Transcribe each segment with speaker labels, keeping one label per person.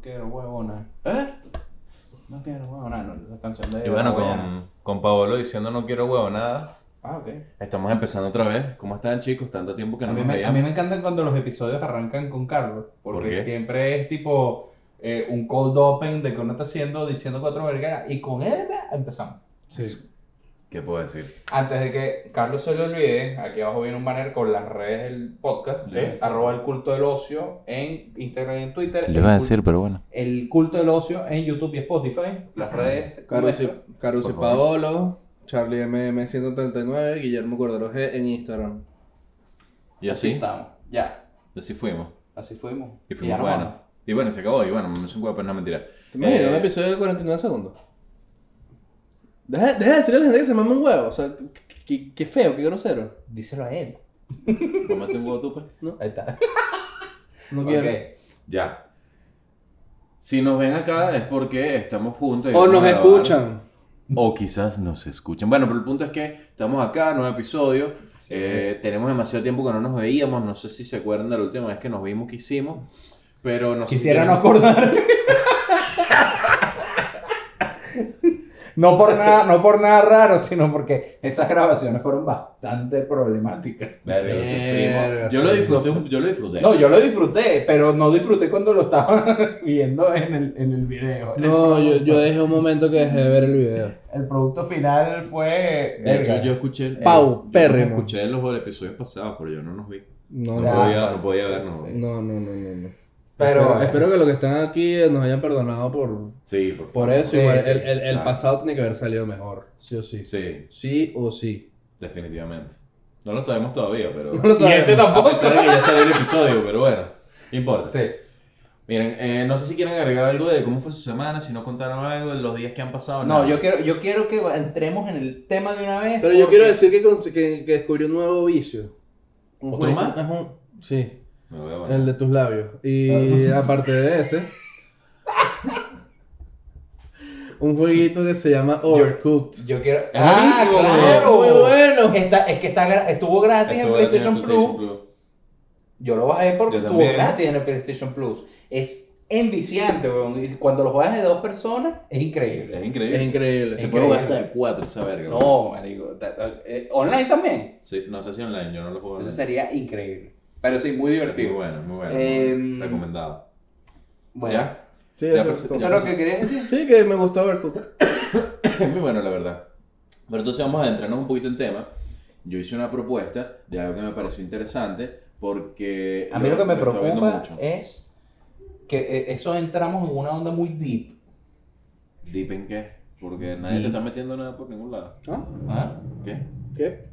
Speaker 1: quiero huevona. ¿Eh? No quiero huevona, no, esa canción de.
Speaker 2: Y bueno,
Speaker 1: Guayana.
Speaker 2: con, con Paolo diciendo no quiero huevonadas,
Speaker 1: Ah, ok.
Speaker 2: estamos empezando otra vez. ¿Cómo están, chicos? Tanto tiempo que
Speaker 1: A
Speaker 2: no
Speaker 1: mí,
Speaker 2: nos
Speaker 1: me, a mí
Speaker 2: veíamos.
Speaker 1: me encantan cuando los episodios arrancan con Carlos, porque
Speaker 2: ¿Por qué?
Speaker 1: siempre es tipo eh, un cold open de que uno está haciendo, diciendo cuatro vergueras, y con él ve, empezamos.
Speaker 3: Sí.
Speaker 2: ¿Qué puedo decir?
Speaker 1: Antes de que Carlos se lo olvide, aquí abajo viene un banner con las redes del podcast,
Speaker 2: Le iba a
Speaker 1: ¿eh?
Speaker 2: decir.
Speaker 1: arroba el culto del ocio en Instagram y en Twitter.
Speaker 2: Les voy a
Speaker 1: el cul-
Speaker 2: decir, pero bueno.
Speaker 1: El culto del ocio en YouTube y Spotify, las redes.
Speaker 3: Carlos
Speaker 1: nuestras.
Speaker 3: y- Carlos
Speaker 2: Por
Speaker 3: y
Speaker 2: favor.
Speaker 3: Paolo, Charlie MM139, Guillermo Cordero G en Instagram.
Speaker 2: Y así,
Speaker 1: estamos. Ya,
Speaker 2: así fuimos.
Speaker 1: así fuimos.
Speaker 2: Y
Speaker 1: ya
Speaker 2: fuimos
Speaker 1: nos
Speaker 2: buenos.
Speaker 1: vamos.
Speaker 2: Y bueno, se acabó. Y bueno, no es un huevo, pues, no es mentira.
Speaker 3: ¿Te imaginas
Speaker 2: Eh.
Speaker 3: un episodio de 49 segundos? Deja, deja de decirle a la gente que se mama un huevo. O sea, qué- qué qué feo, qué grosero.
Speaker 1: Díselo a él.
Speaker 2: Cómete un huevo tú, pues.
Speaker 1: Ahí está.
Speaker 3: No
Speaker 1: Ok.
Speaker 3: quiero.
Speaker 2: Ya. Si nos ven acá es porque estamos juntos. y
Speaker 3: O
Speaker 2: vamos
Speaker 3: nos
Speaker 2: a grabar.
Speaker 3: escuchan.
Speaker 2: O quizás nos escuchan. Bueno, pero el punto es que estamos acá, nuevo episodio.
Speaker 1: Así
Speaker 2: Eh,
Speaker 1: es.
Speaker 2: tenemos demasiado tiempo que no nos veíamos. No sé si se acuerdan de la última vez que nos vimos que hicimos. Pero no sé si
Speaker 1: Quisiera no
Speaker 2: tenemos-
Speaker 1: acordarme. No por, nada, no por nada raro, sino porque esas grabaciones fueron bastante problemáticas.
Speaker 2: Verga, lo sufrimos.
Speaker 3: Verga,
Speaker 2: Yo lo
Speaker 3: sí.
Speaker 2: disfruté. un- Yo lo disfruté.
Speaker 1: No, yo lo disfruté, pero no disfruté cuando lo estaba viendo en el, en el video. En el
Speaker 3: No, yo, yo
Speaker 1: producto.
Speaker 3: dejé un momento que dejé de ver el video.
Speaker 1: El producto final fue...
Speaker 2: De hecho,
Speaker 1: verga.
Speaker 2: yo escuché.
Speaker 3: Pau,
Speaker 2: yo
Speaker 3: pérrimo.
Speaker 2: Escuché los episodios pasados, pero yo no los vi.
Speaker 3: No,
Speaker 2: No
Speaker 1: Ya,
Speaker 3: no,
Speaker 2: podía,
Speaker 1: sí,
Speaker 2: no podía
Speaker 1: sí,
Speaker 2: vernos.
Speaker 1: sí.
Speaker 3: no, no, no, no, no.
Speaker 1: Pero...
Speaker 3: espero, espero que los que están aquí nos hayan perdonado por,
Speaker 2: Sí, por favor.
Speaker 3: por eso.
Speaker 1: Sí,
Speaker 3: Igual,
Speaker 1: sí,
Speaker 3: el, el- el
Speaker 2: claro.
Speaker 3: pasado tiene que haber salido mejor. Sí o sí.
Speaker 2: Ah, Sí,
Speaker 3: Sí o sí.
Speaker 2: definitivamente. No lo sabemos todavía, pero.
Speaker 3: No lo
Speaker 1: Y este
Speaker 3: sabemos.
Speaker 2: A
Speaker 1: tampoco.
Speaker 2: pesar de que ya salió el episodio, pero bueno, no importa.
Speaker 1: Sí.
Speaker 2: Miren, eh, no sé si quieren agregar algo de cómo fue su semana, si no contaron algo, de los días que han pasado.
Speaker 1: No,
Speaker 2: nada.
Speaker 1: yo quiero, yo quiero que entremos en el tema de una vez.
Speaker 3: Pero yo
Speaker 1: porque-
Speaker 3: quiero decir que, cons- que, que descubrí un nuevo vicio. Un
Speaker 2: ¿Otro
Speaker 3: juego-
Speaker 2: más?
Speaker 3: es un- sí, Ah.
Speaker 2: Me voy a poner.
Speaker 3: el de tus labios. Y aparte de ese, un jueguito que se llama Overcooked.
Speaker 1: Yo quiero... ¡Ah,
Speaker 2: Es buenísimo,
Speaker 1: claro!
Speaker 3: muy bueno.
Speaker 1: Está- es que está, gra- estuvo gratis
Speaker 2: Estuvo
Speaker 1: en
Speaker 2: gratis
Speaker 1: PlayStation, Plus.
Speaker 2: Plus.
Speaker 1: Yo lo bajé porque
Speaker 2: Yo
Speaker 1: estuvo
Speaker 2: también.
Speaker 1: gratis en el PlayStation Plus. Es enviciante, weón. Y Cuando lo juegas de dos personas, es increíble.
Speaker 2: Es increíble.
Speaker 3: Es increíble.
Speaker 2: Se
Speaker 1: Es
Speaker 2: puede jugar hasta
Speaker 1: increíble.
Speaker 2: de 4 esa verga.
Speaker 1: No, marico. ta- ta- eh, online también.
Speaker 2: Sí, no sé si online, yo no lo juego
Speaker 1: Eso
Speaker 2: online.
Speaker 1: sería increíble. Pero sí, muy
Speaker 2: Muy
Speaker 1: divertido.
Speaker 2: bueno, muy bueno.
Speaker 1: Em,
Speaker 2: Recomendado.
Speaker 1: Bueno,
Speaker 2: ¿Ya?
Speaker 3: Sí,
Speaker 2: Ya,
Speaker 3: eso-
Speaker 2: pues,
Speaker 3: eso-
Speaker 1: ¿eso es lo que querías decir?
Speaker 3: Sí, que me gustó Overcooked.
Speaker 2: Es muy bueno, la verdad. Pero entonces vamos a adentrarnos un poquito en tema. Yo hice una propuesta de algo que me pareció interesante porque...
Speaker 1: A mí lo que me
Speaker 2: está viendo
Speaker 1: preocupa
Speaker 2: mucho.
Speaker 1: es que eh, eso entramos en una onda muy deep.
Speaker 2: ¿Deep en qué? Porque nadie
Speaker 1: Deep.
Speaker 2: te está metiendo nada por ningún lado.
Speaker 3: ¿Ah?
Speaker 1: ¿Ah?
Speaker 2: ¿Qué?
Speaker 3: ¿Qué?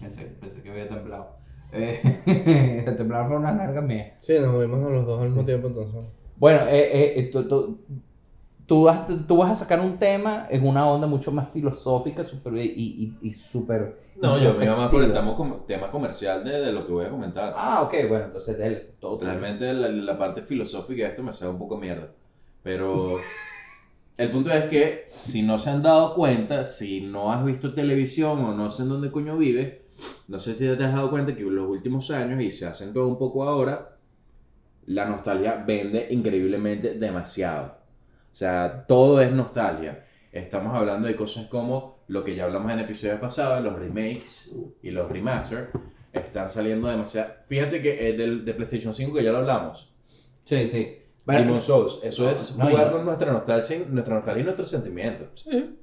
Speaker 1: Pensé, pensé que había temblado. Eh, temblado fue una narga mía.
Speaker 3: Sí, nos movimos los dos al mismo
Speaker 1: Sí.
Speaker 3: tiempo entonces.
Speaker 1: Bueno, eh, eh, tú, tú- tú vas, tú vas a sacar un tema en una onda mucho más filosófica super, y, y, y súper...
Speaker 2: No, yo me iba más por el
Speaker 1: introspectiva.
Speaker 2: tamo com- tema comercial de, de lo que voy a comentar.
Speaker 1: Ah, ok, bueno, entonces dele, todo tuyo.
Speaker 2: Realmente la, la parte filosófica de esto me sale un poco mierda. Pero el punto es que si no se han dado cuenta, si no has visto televisión o no sé en dónde coño vives, no sé si ya te has dado cuenta que en los últimos años, y se hacen todo un poco ahora, la nostalgia vende increíblemente demasiado. O sea, todo es nostalgia. Estamos hablando de cosas como lo que ya hablamos en episodios pasados, los remakes y los remasters están saliendo demasiado. Fíjate que eh, del, de PlayStation 5 que ya lo hablamos.
Speaker 1: Sí, sí.
Speaker 2: Demon Souls, eso es
Speaker 1: No,
Speaker 2: jugar
Speaker 1: no.
Speaker 2: con nuestra nostalgia, nuestra nostalgia y nuestros sentimientos.
Speaker 3: Sí.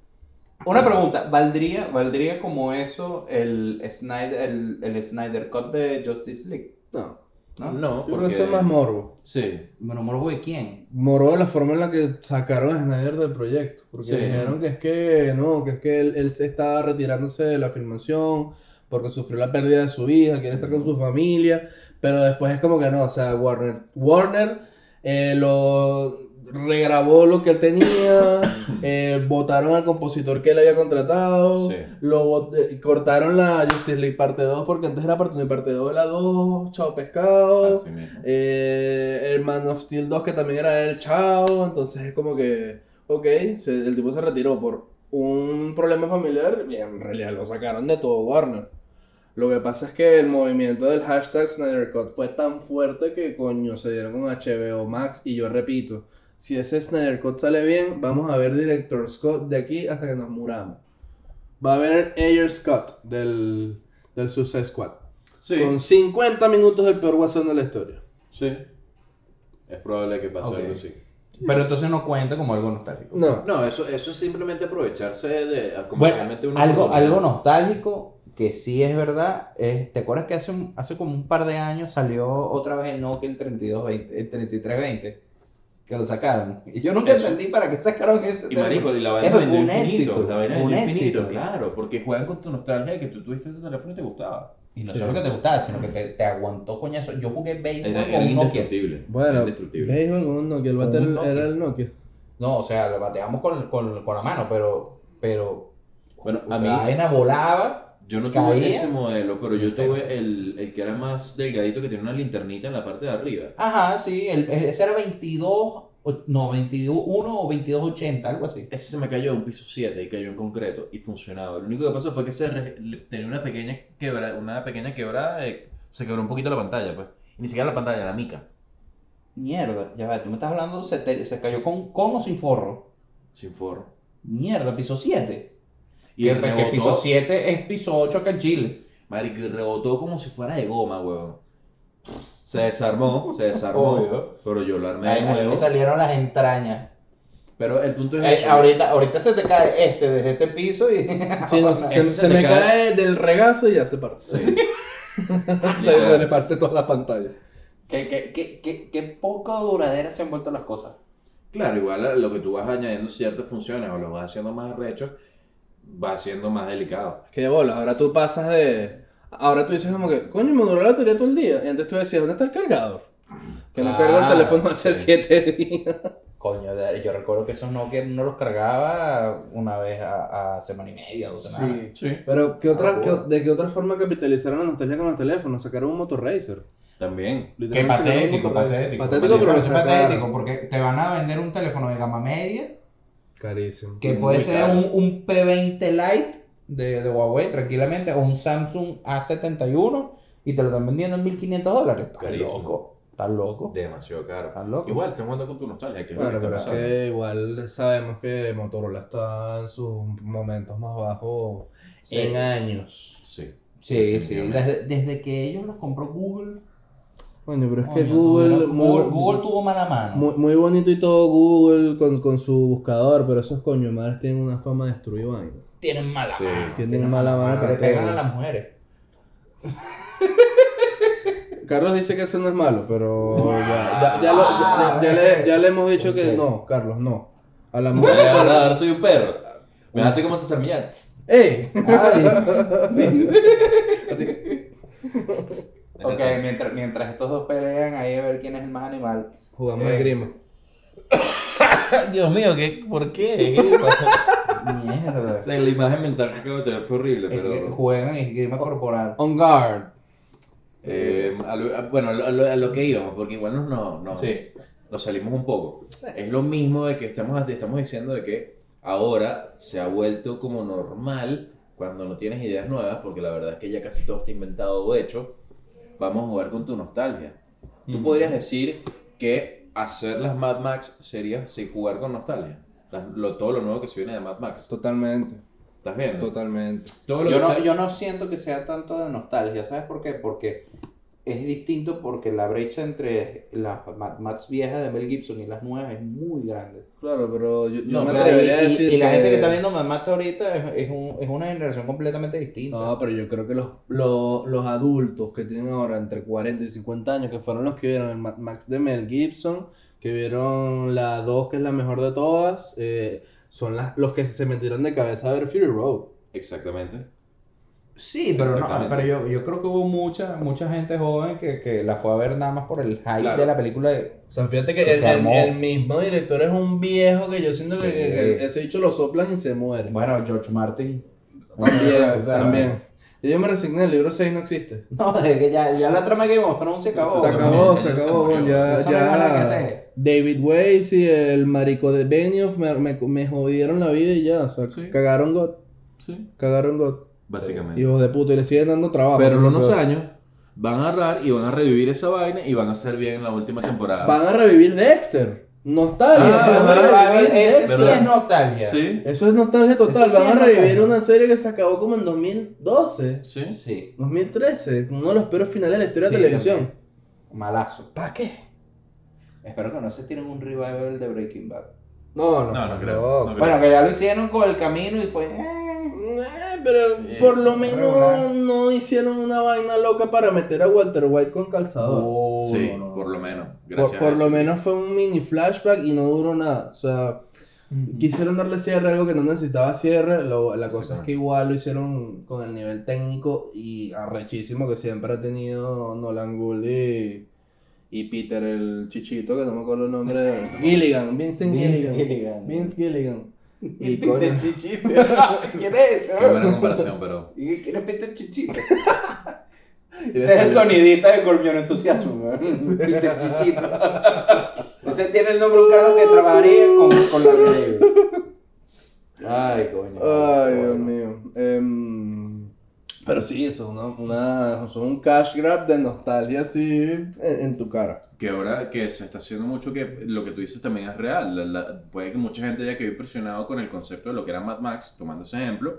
Speaker 1: Una pregunta, ¿valdría, ¿valdría como eso el Snyder, el, el Snyder Cut de Justice League?
Speaker 3: No.
Speaker 1: ¿No?
Speaker 2: No,
Speaker 3: Yo
Speaker 2: porque...
Speaker 3: creo que eso es más morbo.
Speaker 2: Sí,
Speaker 1: Bueno, morbo de quién.
Speaker 3: Morbo la forma en la que sacaron a Snyder del proyecto. Porque
Speaker 2: Sí.
Speaker 3: dijeron que es que no, que es que él, él se está retirándose de la filmación porque sufrió la pérdida de su hija, quiere estar con su familia. Pero después es como que no, o sea, Warner, Warner eh, lo regrabó lo que él tenía,
Speaker 1: Mm.
Speaker 3: eh, votaron al compositor que él había contratado.
Speaker 2: sí.
Speaker 3: Lo bot- eh, cortaron la Justice League parte 2 porque antes era parte 1 y parte 2 la 2, chao
Speaker 1: oh,
Speaker 3: pescado.
Speaker 2: Así mismo.
Speaker 3: Eh, el Man of Steel 2 que también era el chao, entonces es como que, ok, se- el tipo se retiró por un problema familiar y en realidad lo sacaron de todo Warner. Lo que pasa es que el movimiento del hashtag Snyder Cut fue tan fuerte que coño se dieron con HBO Max y yo repito, si ese Snyder Cut sale bien, vamos a ver Director Scott de aquí hasta que nos muramos. Va a haber Ayer Scott del, del Suicide Squad.
Speaker 2: Sí,
Speaker 3: Con 50 minutos del peor guasón de la historia.
Speaker 2: sí. Es probable que pase
Speaker 1: Ok.
Speaker 2: algo así.
Speaker 1: Pero entonces no cuenta como algo nostálgico.
Speaker 3: No.
Speaker 2: No, eso, eso es simplemente aprovecharse de
Speaker 1: Bueno,
Speaker 2: comercialmente uno
Speaker 1: algo,
Speaker 2: como-
Speaker 1: algo nostálgico que sí es verdad. es- ¿Te acuerdas que hace, un- hace como un par de años salió otra vez el Nokia el 3220, el 3320? Que lo sacaron. Y yo nunca
Speaker 2: Eso.
Speaker 1: entendí para qué sacaron ese.
Speaker 2: Y
Speaker 1: tema.
Speaker 2: marico, y la vaina
Speaker 1: Eso fue
Speaker 2: vendió
Speaker 1: un
Speaker 2: infinito,
Speaker 1: éxito,
Speaker 2: la vaina
Speaker 1: fue un
Speaker 2: vendió infinito,
Speaker 1: éxito.
Speaker 2: claro, porque juegan con tu nostalgia de que tú tuviste ese teléfono y te gustaba.
Speaker 1: Y no
Speaker 3: Sí.
Speaker 1: solo que te gustaba, sino que te, te aguantó coñazo. Yo jugué béisbol
Speaker 2: Era, este
Speaker 1: con
Speaker 2: era
Speaker 1: un Nokia.
Speaker 2: indestructible.
Speaker 3: Bueno,
Speaker 2: indestructible.
Speaker 3: béisbol con un Nokia, el
Speaker 1: Con
Speaker 3: bate era
Speaker 1: un
Speaker 3: el-
Speaker 1: Nokia.
Speaker 3: era el Nokia.
Speaker 1: No, o sea, lo bateamos con, con, con la mano, pero. pero
Speaker 2: Bueno,
Speaker 1: o sea,
Speaker 2: a mí-
Speaker 1: la vaina volaba.
Speaker 2: Yo no
Speaker 1: Caía.
Speaker 2: tuve ese modelo, pero yo
Speaker 1: Yo tengo.
Speaker 2: tuve el, el que era más delgadito que tiene una linternita en la parte de arriba.
Speaker 1: Ajá, sí, el- ese era 22. o- No, 21 o 2280, algo así.
Speaker 2: Ese se me cayó de un piso 7 y cayó en concreto y funcionaba. Lo único que pasó fue que se re- le- tenía una pequeña quebrada, una pequeña quebrada, de- se quebró un poquito la pantalla, pues. Y ni siquiera la pantalla, la mica,
Speaker 1: Mierda, ya va, tú me estás hablando, se, te- se cayó con, con o sin forro.
Speaker 2: sin forro.
Speaker 1: Mierda, piso 7.
Speaker 2: Y
Speaker 1: que, que
Speaker 2: rebotó,
Speaker 1: piso 7 es piso 8 acá en Chile.
Speaker 2: marico, y rebotó como si fuera de goma, weón. Se desarmó, se desarmó,
Speaker 1: Obvio.
Speaker 2: pero yo lo armé
Speaker 1: Ahí,
Speaker 2: de
Speaker 1: ahí
Speaker 2: nuevo.
Speaker 1: me salieron las entrañas.
Speaker 2: Pero el punto es
Speaker 1: Eh,
Speaker 2: eso.
Speaker 1: ahorita, ahorita se te cae este desde este piso y.
Speaker 3: Sí, no, se,
Speaker 2: eso
Speaker 3: se
Speaker 2: se te
Speaker 3: me
Speaker 2: cae.
Speaker 3: cae. del regazo y ya se parte.
Speaker 2: Sí.
Speaker 3: Se le parte toda la pantalla.
Speaker 1: Qué, qué- qué- qué- qué poco duraderas se han vuelto las cosas.
Speaker 2: Claro, igual a lo que tú vas añadiendo ciertas funciones o lo vas haciendo más arrecho, va siendo más delicado.
Speaker 3: Qué bola, ahora tú pasas de. Ahora tú dices como que, coño, me duró la batería todo el día. Y antes tú decías, ¿dónde está el cargador? Que no cargo el
Speaker 1: Claro,
Speaker 3: teléfono hace
Speaker 2: sí.
Speaker 3: siete días.
Speaker 1: Coño, de- yo recuerdo que esos Nokia no los cargaba una vez a, a semana y media, dos semanas.
Speaker 2: Sí.
Speaker 3: Pero, ¿qué otra,
Speaker 1: Ah,
Speaker 3: qué-
Speaker 1: bueno.
Speaker 3: ¿de qué otra forma capitalizaron la nostalgia con los teléfonos? Sacaron un Motorracer.
Speaker 2: También.
Speaker 1: Qué
Speaker 3: Literalmente sacaron un
Speaker 1: patético,
Speaker 3: Motorracer.
Speaker 1: patético. Me
Speaker 3: Patético, pero lo
Speaker 1: parece patético
Speaker 3: sacaron.
Speaker 1: porque te van a vender un teléfono de gama media
Speaker 3: Carísimo.
Speaker 1: Que
Speaker 2: Muy
Speaker 1: puede ser
Speaker 2: caro.
Speaker 1: un, un P20 Lite de, de Huawei tranquilamente o un Samsung A71 y te lo están vendiendo en 1500 dólares. Estás
Speaker 2: Carísimo.
Speaker 1: loco, estás loco,
Speaker 2: Demasiado caro.
Speaker 1: estás loco.
Speaker 2: Igual, estás jugando con tu nostalgia, que es
Speaker 3: Bueno,
Speaker 2: lo que
Speaker 3: pero
Speaker 2: está
Speaker 3: es
Speaker 2: pasando.
Speaker 3: que igual sabemos que Motorola está en sus momentos más bajos
Speaker 1: Sí.
Speaker 3: en años.
Speaker 2: Sí.
Speaker 1: Sí, sí. Desde, desde que ellos los compró Google,
Speaker 3: Coño, pero es que
Speaker 1: coño,
Speaker 3: Google,
Speaker 1: tuvieron- Google,
Speaker 3: muy-
Speaker 1: Google tuvo mala mano.
Speaker 3: Muy, muy bonito y todo Google con, con su buscador, pero esos coño madres tienen una fama de destruir vaina.
Speaker 1: tienen mala
Speaker 2: Sí,
Speaker 1: mano.
Speaker 3: tienen mala mano
Speaker 1: Le
Speaker 3: para
Speaker 1: pegan a
Speaker 3: todo.
Speaker 1: las mujeres.
Speaker 3: Carlos dice que eso no es malo, pero ya, ya, ya lo- ya- ya- ya le, ya le hemos dicho que no, Carlos, no. A la
Speaker 2: Me
Speaker 3: mujer.
Speaker 2: van a dar, soy un perro. Me hace como César Millán.
Speaker 3: ¡Ey!
Speaker 1: ok, mientras, mientras estos dos pelean ahí a ver quién es el más animal.
Speaker 3: Jugamos
Speaker 1: Eh.
Speaker 3: al grima.
Speaker 2: Dios mío, ¿qué? ¿por qué?
Speaker 1: Mierda.
Speaker 2: o sea, la imagen mental que acabo de tener fue horrible,
Speaker 1: Es que
Speaker 2: pero...
Speaker 1: juegan esgrima corporal.
Speaker 3: On guard.
Speaker 2: eh, a lo- a- bueno, a lo- a lo, a lo que íbamos, porque igual no, no, no-
Speaker 1: Sí.
Speaker 2: nos salimos un poco. Es lo mismo de que estamos, estamos diciendo de que ahora se ha vuelto como normal cuando no tienes ideas nuevas, porque la verdad es que ya casi todo está inventado o hecho. Vamos a jugar con tu nostalgia. Tú podrías decir que hacer las Mad Max sería sí, jugar con nostalgia. Las- lo- todo lo nuevo que se viene de Mad Max.
Speaker 3: Totalmente,
Speaker 2: ¿Estás viendo?
Speaker 3: totalmente.
Speaker 2: Todo lo
Speaker 1: Yo
Speaker 2: que
Speaker 1: no,
Speaker 2: sea-
Speaker 1: yo no siento que sea tanto de nostalgia, ¿sabes por qué? Porque es distinto porque la brecha entre las Mad Max viejas de Mel Gibson y las nuevas es muy grande.
Speaker 3: Claro, pero yo, yo
Speaker 2: No,
Speaker 3: me
Speaker 1: O sea,
Speaker 3: atrevería a
Speaker 1: y, y-
Speaker 3: decir
Speaker 1: y la gente que
Speaker 3: que-
Speaker 1: está viendo Mad Max ahorita es, es un- es una generación completamente distinta.
Speaker 3: No, pero yo creo que los, los, los adultos que tienen ahora entre 40 y 50 años, que fueron los que vieron el Mad Max de Mel Gibson, que vieron la 2, que es la mejor de todas, eh, son las, los que se metieron de cabeza a ver Fury Road.
Speaker 2: Exactamente.
Speaker 1: sí, pero, no, ah,
Speaker 2: Exactamente.
Speaker 1: pero yo, yo creo que hubo mucha, mucha gente joven que, que la fue a ver nada más por el hype
Speaker 2: Claro.
Speaker 1: de la película. de-
Speaker 3: O sea, fíjate que
Speaker 1: Que
Speaker 3: el,
Speaker 1: se
Speaker 3: el-
Speaker 1: armó.
Speaker 3: el mismo director es un viejo que yo siento que,
Speaker 1: Sí.
Speaker 3: que- que ese dicho lo soplan y se muere.
Speaker 1: bueno, George Martin.
Speaker 3: También,
Speaker 1: O sea,
Speaker 3: también. Yo me resigné, el libro 6 no existe.
Speaker 1: No, desde que ya, ya la trama de Game of Thrones se acabó. Ah,
Speaker 3: Se acabó,
Speaker 2: se
Speaker 3: se acabó,
Speaker 2: acabó,
Speaker 3: bueno, ya,
Speaker 1: Eso no es nada que
Speaker 3: ya.
Speaker 1: hacer.
Speaker 3: David Weiss y el marico de Benioff me, me, me jodieron la vida y ya, o sea,
Speaker 2: Sí.
Speaker 3: cagaron God,
Speaker 2: Sí.
Speaker 3: cagaron God.
Speaker 2: básicamente.
Speaker 3: Hijos de puta, y le siguen dando trabajo.
Speaker 2: Pero en
Speaker 3: no
Speaker 2: unos
Speaker 3: Peor.
Speaker 2: años van a agarrar y van a revivir esa vaina y van a hacer bien la última temporada.
Speaker 3: Van a revivir Dexter. Nostalgia.
Speaker 2: Ah,
Speaker 3: van a
Speaker 2: ¿verdad?
Speaker 3: revivir
Speaker 1: ese
Speaker 3: Dexter.
Speaker 1: sí
Speaker 2: ¿Verdad?
Speaker 1: es nostalgia.
Speaker 2: Sí,
Speaker 3: Eso es nostalgia total.
Speaker 1: Eso sí
Speaker 3: Van
Speaker 1: es
Speaker 3: a revivir
Speaker 1: nostalgia.
Speaker 3: una serie que se acabó como en 2012,
Speaker 2: sí.
Speaker 1: Sí.
Speaker 3: 2013. Uno de los peores finales de la historia de
Speaker 1: Sí,
Speaker 3: televisión.
Speaker 1: también. Malazo.
Speaker 3: ¿Para qué?
Speaker 1: Espero que no se tiren un revival de Breaking Bad.
Speaker 3: No, no,
Speaker 2: No, no creo, no creo.
Speaker 1: Bueno, que ya lo hicieron con el camino y fue. eh.
Speaker 3: Eh, pero
Speaker 2: Sí,
Speaker 3: por
Speaker 1: pero
Speaker 3: lo menos
Speaker 1: bueno.
Speaker 3: no hicieron una vaina loca para meter a Walter White con calzador.
Speaker 1: No,
Speaker 2: Sí,
Speaker 1: Oh, no, no.
Speaker 2: por lo menos. Oh, Gracias.
Speaker 3: por
Speaker 2: a
Speaker 3: por
Speaker 2: eso.
Speaker 3: lo menos fue un mini flashback y no duró nada. O sea, quisieron darle cierre a algo que no necesitaba cierre. Lo- la cosa es que
Speaker 2: Exactamente.
Speaker 3: igual lo hicieron con el nivel técnico y arrechísimo que siempre ha tenido Nolan Gould y, y Peter el chichito, que no me acuerdo el nombre. de- Gilligan, Vincent,
Speaker 1: Vince
Speaker 3: Gilligan.
Speaker 1: Gilligan.
Speaker 3: Vince Gilligan.
Speaker 1: Y
Speaker 3: Y
Speaker 1: Peter
Speaker 3: coño.
Speaker 1: Chichito. ¿Quién es? Ah.
Speaker 2: Qué buena comparación, pero.
Speaker 1: ¿Y ¿Quién es Peter Chichito? Ese es el sonidista de Gormión Entusiasmo, weón. Peter Chichito. Ese tiene el nombre de un carro que trabajaría con, con la relieve. Ay, coño.
Speaker 3: Ay, Dios mío. Em, pero sí, eso es una, una- eso es un cash grab de nostalgia así en, en tu cara.
Speaker 2: Que ahora que se está haciendo mucho que lo que tú dices también es real. La- la- puede que mucha gente haya quedado impresionado con el concepto de lo que era Mad Max, tomando ese ejemplo.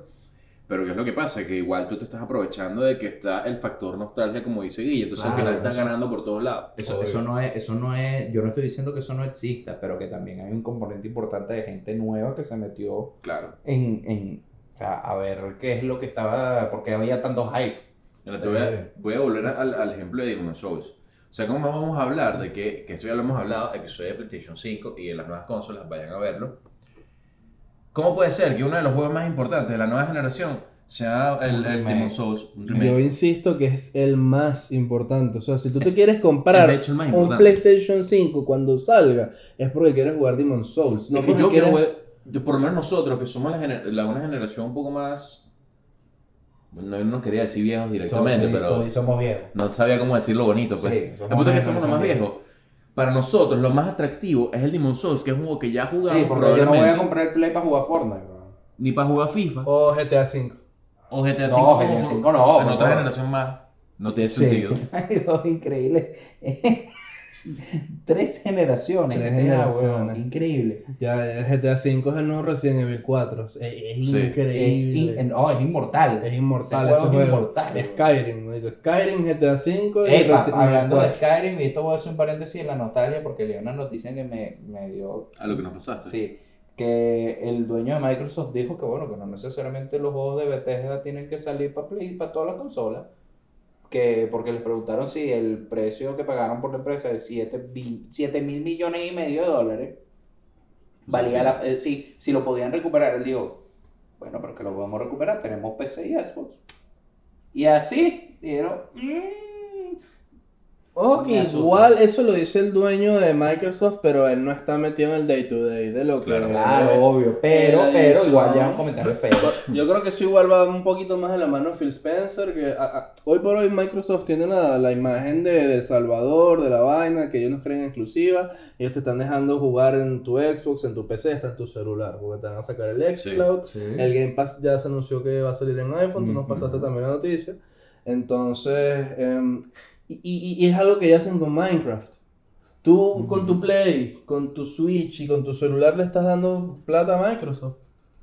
Speaker 2: Pero ¿qué es lo que pasa? Que igual tú te estás aprovechando de que está el factor nostalgia, como dice Guille. Entonces al
Speaker 1: Claro,
Speaker 2: final estás
Speaker 1: eso-
Speaker 2: ganando por todos lados.
Speaker 1: Eso,
Speaker 3: Obvio.
Speaker 1: eso no es, eso no es, yo no estoy diciendo que eso no exista, pero que también hay un componente importante de gente nueva que se metió
Speaker 2: Claro.
Speaker 1: en, en o sea, a ver qué es lo que estaba, porque había tanto hype.
Speaker 2: Mira, te voy,
Speaker 1: Eh.
Speaker 2: a, voy a volver al, al ejemplo de Demon Souls. O sea, ¿cómo vamos a hablar de que, que esto ya lo hemos hablado, episodio de PlayStation 5 y de las nuevas consolas, vayan a verlo? ¿Cómo puede ser que uno de los juegos más importantes de la nueva generación sea el, el
Speaker 1: Remake.
Speaker 2: Demon Souls? un remake?
Speaker 3: Yo insisto que es el más importante. O sea, si tú te
Speaker 2: Es-
Speaker 3: quieres
Speaker 2: Es de
Speaker 3: comprar
Speaker 2: hecho el más
Speaker 3: un
Speaker 2: importante.
Speaker 3: PlayStation 5 cuando salga, es porque quieres jugar Demon Souls. No
Speaker 2: Es que
Speaker 3: porque
Speaker 2: yo quiero
Speaker 3: quieres-
Speaker 2: ver- yo- por lo menos nosotros, que somos la, gener- la- una generación un poco más... No, no quería decir viejos directamente,
Speaker 1: So- sí,
Speaker 2: pero
Speaker 1: so- somos viejos.
Speaker 2: no sabía cómo decirlo bonito. Pues.
Speaker 1: Sí,
Speaker 2: La puta que somos los más
Speaker 1: viejos.
Speaker 2: viejos. Para nosotros, lo más atractivo es el Demon Souls, que es un juego que ya jugamos
Speaker 1: Sí, porque yo no voy
Speaker 2: probablemente,
Speaker 1: a comprar el Play para jugar Fortnite. weón.
Speaker 2: ni para jugar FIFA
Speaker 3: O GTA 5.
Speaker 2: o GTA V.
Speaker 1: No, GTA V no,
Speaker 2: En
Speaker 1: no.
Speaker 2: otra generación más. No tiene sentido.
Speaker 1: Algo increíble. Tres generaciones.
Speaker 3: Tres
Speaker 1: que tenga, weón.
Speaker 3: generaciones.
Speaker 1: Increíble.
Speaker 3: Ya, el GTA 5 es el nuevo Resident Evil 4. Es, es
Speaker 2: Sí.
Speaker 3: increíble.
Speaker 1: Es, in- oh, no, es inmortal.
Speaker 3: Es inmortal
Speaker 1: Ese
Speaker 3: ese,
Speaker 1: juego es
Speaker 3: juego.
Speaker 1: inmortal, güey.
Speaker 3: Skyrim, marico. Skyrim, GTA V y
Speaker 1: Ey, pa-
Speaker 3: Resident Evil
Speaker 1: hablando de
Speaker 3: 4.
Speaker 1: Skyrim, y esto voy a hacer un paréntesis en la nostalgia porque leí una noticia que me, me dio
Speaker 2: A lo que nos pasaste.
Speaker 1: Sí, que el dueño de Microsoft dijo que bueno, que no necesariamente los juegos de Bethesda tienen que salir para Play, para todas las consolas. Que porque les preguntaron si el precio que pagaron por la empresa de 7 mil millones y medio de dólares
Speaker 2: O sea,
Speaker 1: valía
Speaker 2: sí.
Speaker 1: la- eh, sí, si lo podían recuperar. Él dijo, bueno, pero que lo podemos recuperar, tenemos PC y Xbox. Y así dijeron, "Mm,
Speaker 3: Oh, que
Speaker 1: Me asusta.
Speaker 3: igual eso lo dice el dueño de Microsoft, pero él no está metido en el day to day de lo que.
Speaker 2: Claro.
Speaker 1: claro, obvio, pero,
Speaker 3: la
Speaker 1: pero igual
Speaker 3: edición.
Speaker 1: ya un comentario feo.
Speaker 3: Yo creo que eso igual va un poquito más de la mano Phil Spencer, que a- a- hoy por hoy Microsoft tiene la, la imagen de, de El Salvador, de la vaina, que ellos nos creen exclusiva, ellos te están dejando jugar en tu Xbox, en tu PC, hasta en tu celular, porque te van a sacar el
Speaker 2: Sí.
Speaker 3: xCloud, El Game Pass ya se anunció que va a salir en iPhone, tú nos
Speaker 1: Ujú.
Speaker 3: pasaste también la noticia. Entonces, em, y, y- y es algo que ya hacen con Minecraft. Tú con tu
Speaker 1: Ujú.
Speaker 3: Play, con tu Switch y con tu celular le estás dando plata a Microsoft.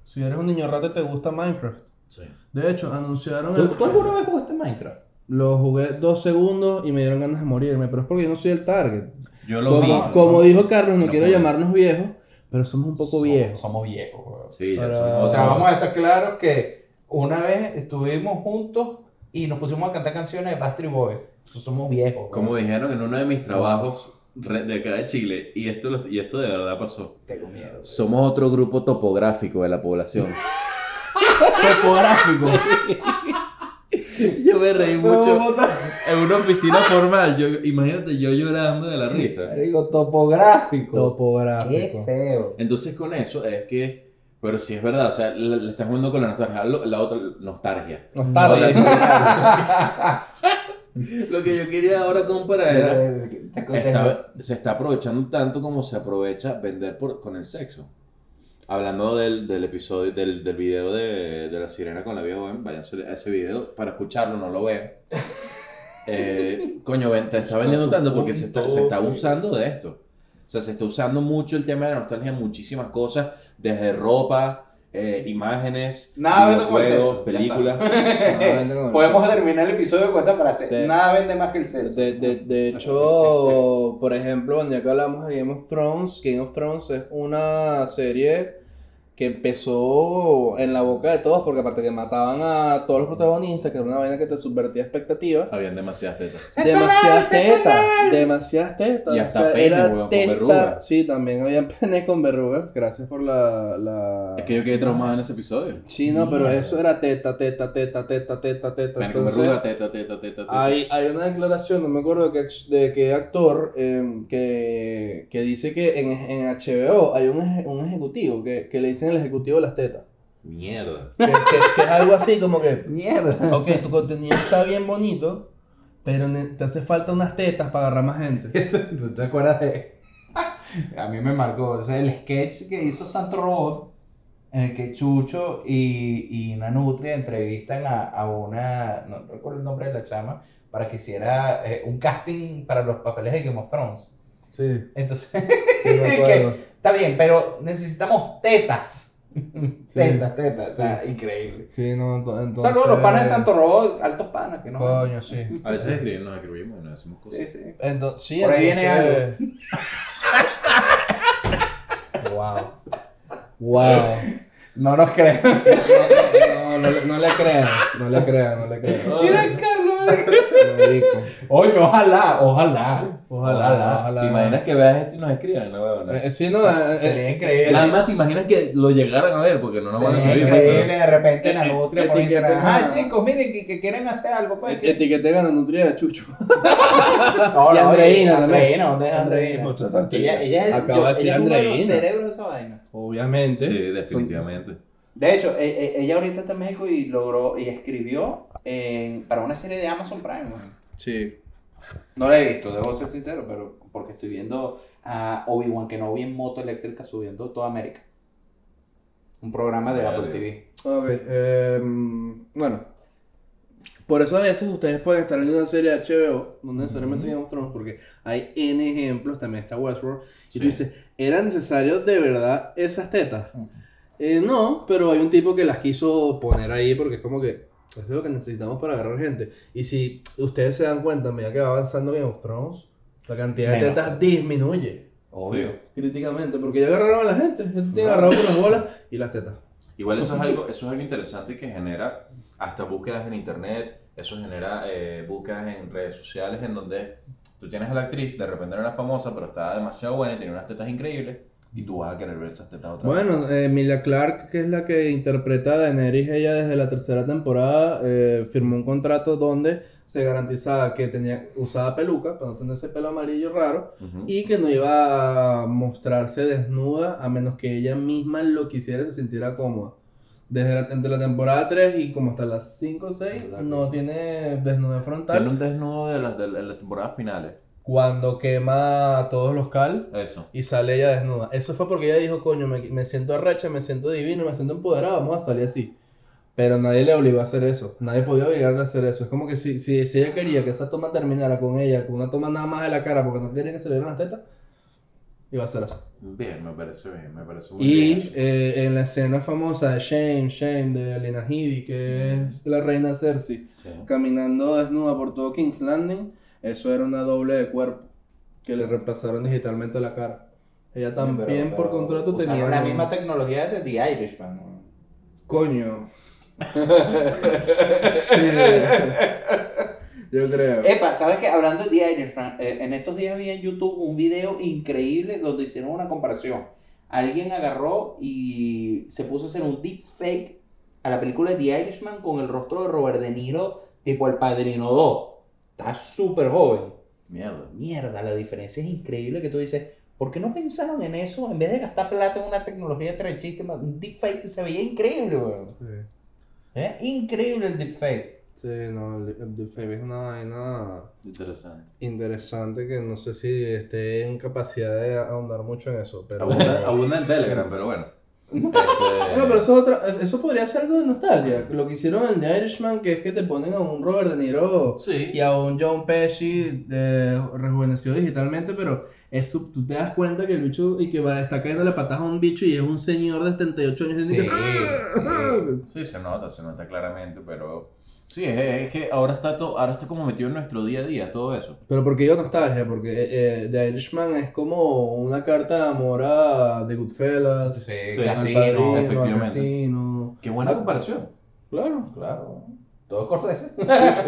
Speaker 3: Si eres un niño rato y te gusta Minecraft.
Speaker 2: Sí.
Speaker 3: De hecho, anunciaron
Speaker 1: ¿Tú,
Speaker 3: el...
Speaker 1: tú alguna vez jugaste Minecraft?
Speaker 3: Lo jugué dos segundos y me dieron ganas de morirme, pero es porque yo no soy el target.
Speaker 2: Yo lo vi.
Speaker 3: Como,
Speaker 1: no,
Speaker 3: como
Speaker 1: no.
Speaker 3: dijo Carlos, no,
Speaker 2: No
Speaker 3: quiero
Speaker 2: puedo.
Speaker 3: llamarnos viejos, pero somos un poco
Speaker 1: Somos-
Speaker 3: viejos.
Speaker 1: Somos viejos, weón.
Speaker 2: Sí, ya
Speaker 3: Para-
Speaker 1: O
Speaker 2: somos-
Speaker 1: sea,
Speaker 3: Ah.
Speaker 1: vamos a estar claros que una vez estuvimos juntos y nos pusimos a cantar canciones de Bastry Boys. Nosotros somos viejos.
Speaker 2: Como
Speaker 1: weón.
Speaker 2: dijeron en uno de mis trabajos re- de acá de Chile, y esto, lo- y esto de verdad pasó.
Speaker 1: Tengo miedo.
Speaker 2: Somos otro grupo topográfico de la población.
Speaker 3: Topográfico.
Speaker 2: Yo me reí mucho.
Speaker 1: Somos-
Speaker 2: En una oficina formal, yo, imagínate yo llorando de la risa.
Speaker 1: Marico, topográfico.
Speaker 3: Topográfico.
Speaker 1: Qué feo.
Speaker 2: Entonces con eso es que, pero sí es verdad, o sea, le, le estás jugando con la nostalgia, lo- la otra nostalgia.
Speaker 3: Nostalgia.
Speaker 2: Lo que yo quería ahora comparar era,
Speaker 1: Te- te- te-
Speaker 2: está- se está aprovechando tanto como se aprovecha vender por, con el sexo. Hablando del, del episodio, del, del video de, de la sirena con la vieja joven, váyanse a ese video para escucharlo, no lo vean. Eh, coño, ven, te está vendiendo tanto porque se está, se está abusando de esto. O sea, se está usando mucho el tema de la nostalgia en muchísimas cosas, desde ropa, eh, imágenes,
Speaker 1: Nada vende como el
Speaker 2: videojuegos,
Speaker 1: sexo, ya
Speaker 2: películas.
Speaker 1: Podemos terminar el episodio con esta frase.
Speaker 3: Sí.
Speaker 1: Nada vende más que el sexo.
Speaker 3: De, de- de hecho, por ejemplo, cuando ya que hablamos de Game of Thrones, Game of Thrones es una serie que empezó en la boca de todos, porque aparte que mataban a todos los protagonistas, que era una vaina que te subvertía expectativas,
Speaker 2: Habían demasiadas tetas.
Speaker 3: demasiadas tetas, demasiadas tetas,
Speaker 2: Y
Speaker 3: o
Speaker 2: hasta
Speaker 3: sea,
Speaker 2: penes,
Speaker 3: era
Speaker 2: weón, con
Speaker 3: teta-
Speaker 2: verrugas.
Speaker 3: sí, también había penes con verrugas, gracias por la... la...
Speaker 2: Es que yo quedé traumado en ese episodio.
Speaker 3: Sí, no, pero eso era teta, teta, teta, teta, teta, teta,
Speaker 2: Me
Speaker 3: entonces-
Speaker 2: verruga, teta, teta, teta, teta.
Speaker 3: Hay, hay una declaración, no me acuerdo de qué, act- de qué actor, eh, que, que dice que en, en HBO hay un, eje- un ejecutivo que, que le dicen el ejecutivo de las tetas.
Speaker 2: Mierda.
Speaker 3: Que, que- que es algo así como que,
Speaker 1: Mierda.
Speaker 3: ok, tu contenido está bien bonito, pero ne- te hace falta unas tetas para agarrar más gente.
Speaker 1: ¿Tú te acuerdas de.? A mí me marcó. ese el sketch que hizo Santo Robot, en el que Chucho y, y una nutria entrevistan a, a una. No recuerdo el nombre de la chama, para que hiciera eh, un casting para los papeles de Game of Thrones.
Speaker 3: Sí,
Speaker 1: Entonces,
Speaker 3: sí, me acuerdo.
Speaker 1: está bien, pero necesitamos tetas. tetas, tetas. o sea, increíble.
Speaker 3: Sí, no, ento- entonces...
Speaker 1: Saludos a los panas de Santo Robot, altos panas que no.
Speaker 3: Coño, sí.
Speaker 2: A veces escribimos, nos escribimos y nos decimos cosas.
Speaker 1: Sí, sí.
Speaker 3: Entonces, sí,
Speaker 1: Por ahí viene
Speaker 3: algo. wow. Wow.
Speaker 1: No nos creemos.
Speaker 3: No, no, no, no le crean, no le crean, no le crean.
Speaker 1: Mira, Carlos.
Speaker 3: Marico.
Speaker 1: Oye, ojalá, ojalá.
Speaker 3: Ojalá, ojalá.
Speaker 2: ¿Te imaginas que veas esto y nos escriban? No, huevona?
Speaker 3: Eh, eh, sí, no,
Speaker 1: Se-
Speaker 3: eh,
Speaker 1: sería
Speaker 2: Pero
Speaker 1: increíble.
Speaker 2: Nada más te imaginas que lo llegaran a ver porque no nos van a
Speaker 1: Sería
Speaker 2: escribir.
Speaker 1: increíble de repente
Speaker 3: Eh,
Speaker 1: la
Speaker 3: eh,
Speaker 1: nutria por internet.
Speaker 3: etiqueten a-
Speaker 1: Ah, chicos, miren que, que quieren hacer algo. Pues,
Speaker 3: eh,
Speaker 1: que...
Speaker 3: etiqueten a la nutria de Chucho.
Speaker 1: No,
Speaker 3: y
Speaker 1: oye,
Speaker 3: Andreina también.
Speaker 1: Andreina, ¿dónde es Andreina?
Speaker 3: Andreina.
Speaker 1: Ella, ella es,
Speaker 3: Acaba
Speaker 1: yo-
Speaker 3: de decir
Speaker 1: ella es uno de los
Speaker 3: Andreina.
Speaker 1: cerebros de esa vaina.
Speaker 3: Obviamente.
Speaker 2: Sí, definitivamente.
Speaker 1: De hecho, e- e- ella ahorita está en México y logró y escribió en- para una serie de Amazon Prime. güey.
Speaker 3: Sí.
Speaker 1: No la he visto, debo ser sincero, pero porque estoy viendo a Obi-Wan Kenobi en moto eléctrica subiendo toda América. Un programa de
Speaker 2: Vale.
Speaker 1: Apple TV.
Speaker 3: Ok, em, bueno. Por eso a veces ustedes pueden estar en una serie de HBO, no necesariamente
Speaker 2: Ujú.
Speaker 3: Game of Thrones, porque hay N ejemplos, también está Westworld, y
Speaker 2: Sí.
Speaker 3: tú dices, ¿era necesario de verdad esas tetas?
Speaker 1: Ujú.
Speaker 3: Eh, no, pero hay un tipo que las quiso poner ahí porque es como que eso es lo que necesitamos para agarrar gente. Y si ustedes se dan cuenta, a medida que va avanzando Game of Thrones, la cantidad de
Speaker 1: Menos.
Speaker 3: tetas disminuye
Speaker 1: Obvio.
Speaker 2: Sí.
Speaker 3: críticamente, porque ya agarraron a la gente, ya te tienen agarrado por las bolas y las tetas.
Speaker 2: Igual eso es algo, eso es algo interesante que genera hasta búsquedas en internet, eso genera eh, búsquedas en redes sociales en donde tú tienes a la actriz, de repente no era famosa, pero estaba demasiado buena y tenía unas tetas increíbles y tú vas a querer ver esas tetas otra vez.
Speaker 3: Bueno, eh, Emilia Clark, que es la que interpreta a Daenerys, ella desde la tercera temporada eh, firmó un contrato donde se garantizaba que tenía usaba peluca para no tener ese pelo amarillo raro
Speaker 2: Ujú.
Speaker 3: y que no iba a mostrarse desnuda a menos que ella misma lo quisiera y se sintiera cómoda. Desde la, entre la temporada 3 y como hasta las 5 o 6
Speaker 1: Exacto.
Speaker 3: no tiene desnudez
Speaker 2: Tiene
Speaker 3: frontal.
Speaker 2: un desnudo de las, de las temporadas finales.
Speaker 3: Cuando quema a todos los cal,
Speaker 2: Eso.
Speaker 3: y sale ella desnuda. Eso fue porque ella dijo, coño, me, me siento arrecha, me siento divino, me siento empoderada, vamos a salir así. Pero nadie le obligó a hacer eso. Nadie podía obligarle a hacer eso. Es como que si, si, si ella quería que esa toma terminara con ella, con una toma nada más de la cara, porque no quería que se le vieran las tetas, iba a hacer eso.
Speaker 2: Bien, me parece bien, me parece muy bien.
Speaker 3: Y
Speaker 2: eso.
Speaker 3: eh, en la escena famosa de Shame, Shame, de Lena Headey, que es la reina Cersei,
Speaker 2: Sí.
Speaker 3: caminando desnuda por todo King's Landing, eso era una doble de cuerpo, que le reemplazaron digitalmente la cara. Ella también
Speaker 1: Pero-
Speaker 3: por
Speaker 1: pero
Speaker 3: contrato
Speaker 1: usaron
Speaker 3: tenía...
Speaker 1: la misma tecnología de The Irishman. ¿no?
Speaker 3: Coño. Sí. Yo creo.
Speaker 1: Epa, ¿sabes qué? Hablando de The Irishman, eh, en estos días vi en YouTube un video increíble donde hicieron una comparación. Alguien agarró y se puso a hacer un deepfake a la película de The Irishman con el rostro de Robert De Niro, tipo El Padrino 2. Está súper joven.
Speaker 2: Mierda.
Speaker 1: Mierda, la diferencia es increíble que tú dices, ¿por qué no pensaron en eso? En vez de gastar plata en una tecnología tan chiste, un deepfake se veía increíble, weón.
Speaker 3: Sí,
Speaker 1: ¿Eh? Increíble el deepfake.
Speaker 3: Sí, no, el, el deepfake es una vaina
Speaker 2: Interesante.
Speaker 3: interesante que no sé si esté en capacidad de ahondar mucho en eso, pero...
Speaker 2: Abunda, abunda en Telegram, pero bueno. Este,
Speaker 3: Bueno, pero eso, es otra, eso podría ser algo de nostalgia. Lo que hicieron en The Irishman, que es que te ponen a un Robert De Niro
Speaker 2: Sí.
Speaker 3: y a un John Pesci de, rejuvenecido digitalmente, pero eso, tú te das cuenta que el bicho y que va, está cayendo la patada a un bicho y es un señor de 78 años.
Speaker 1: Sí,
Speaker 3: y
Speaker 1: sí.
Speaker 3: dice, "Ah".
Speaker 2: Sí, se nota, se nota claramente, pero sí, es, es que ahora está todo, ahora está como metido en nuestro día a día todo eso.
Speaker 3: Pero porque yo nostalgia, porque eh, eh, The Irishman es como una carta de amor a The Goodfellas,
Speaker 2: Sí,
Speaker 1: Casino,
Speaker 3: al
Speaker 2: no,
Speaker 3: Padrino, al
Speaker 2: efectivamente.
Speaker 3: Casino.
Speaker 2: Qué buena comparación.
Speaker 3: Claro.
Speaker 1: Claro. Todo Scorsese.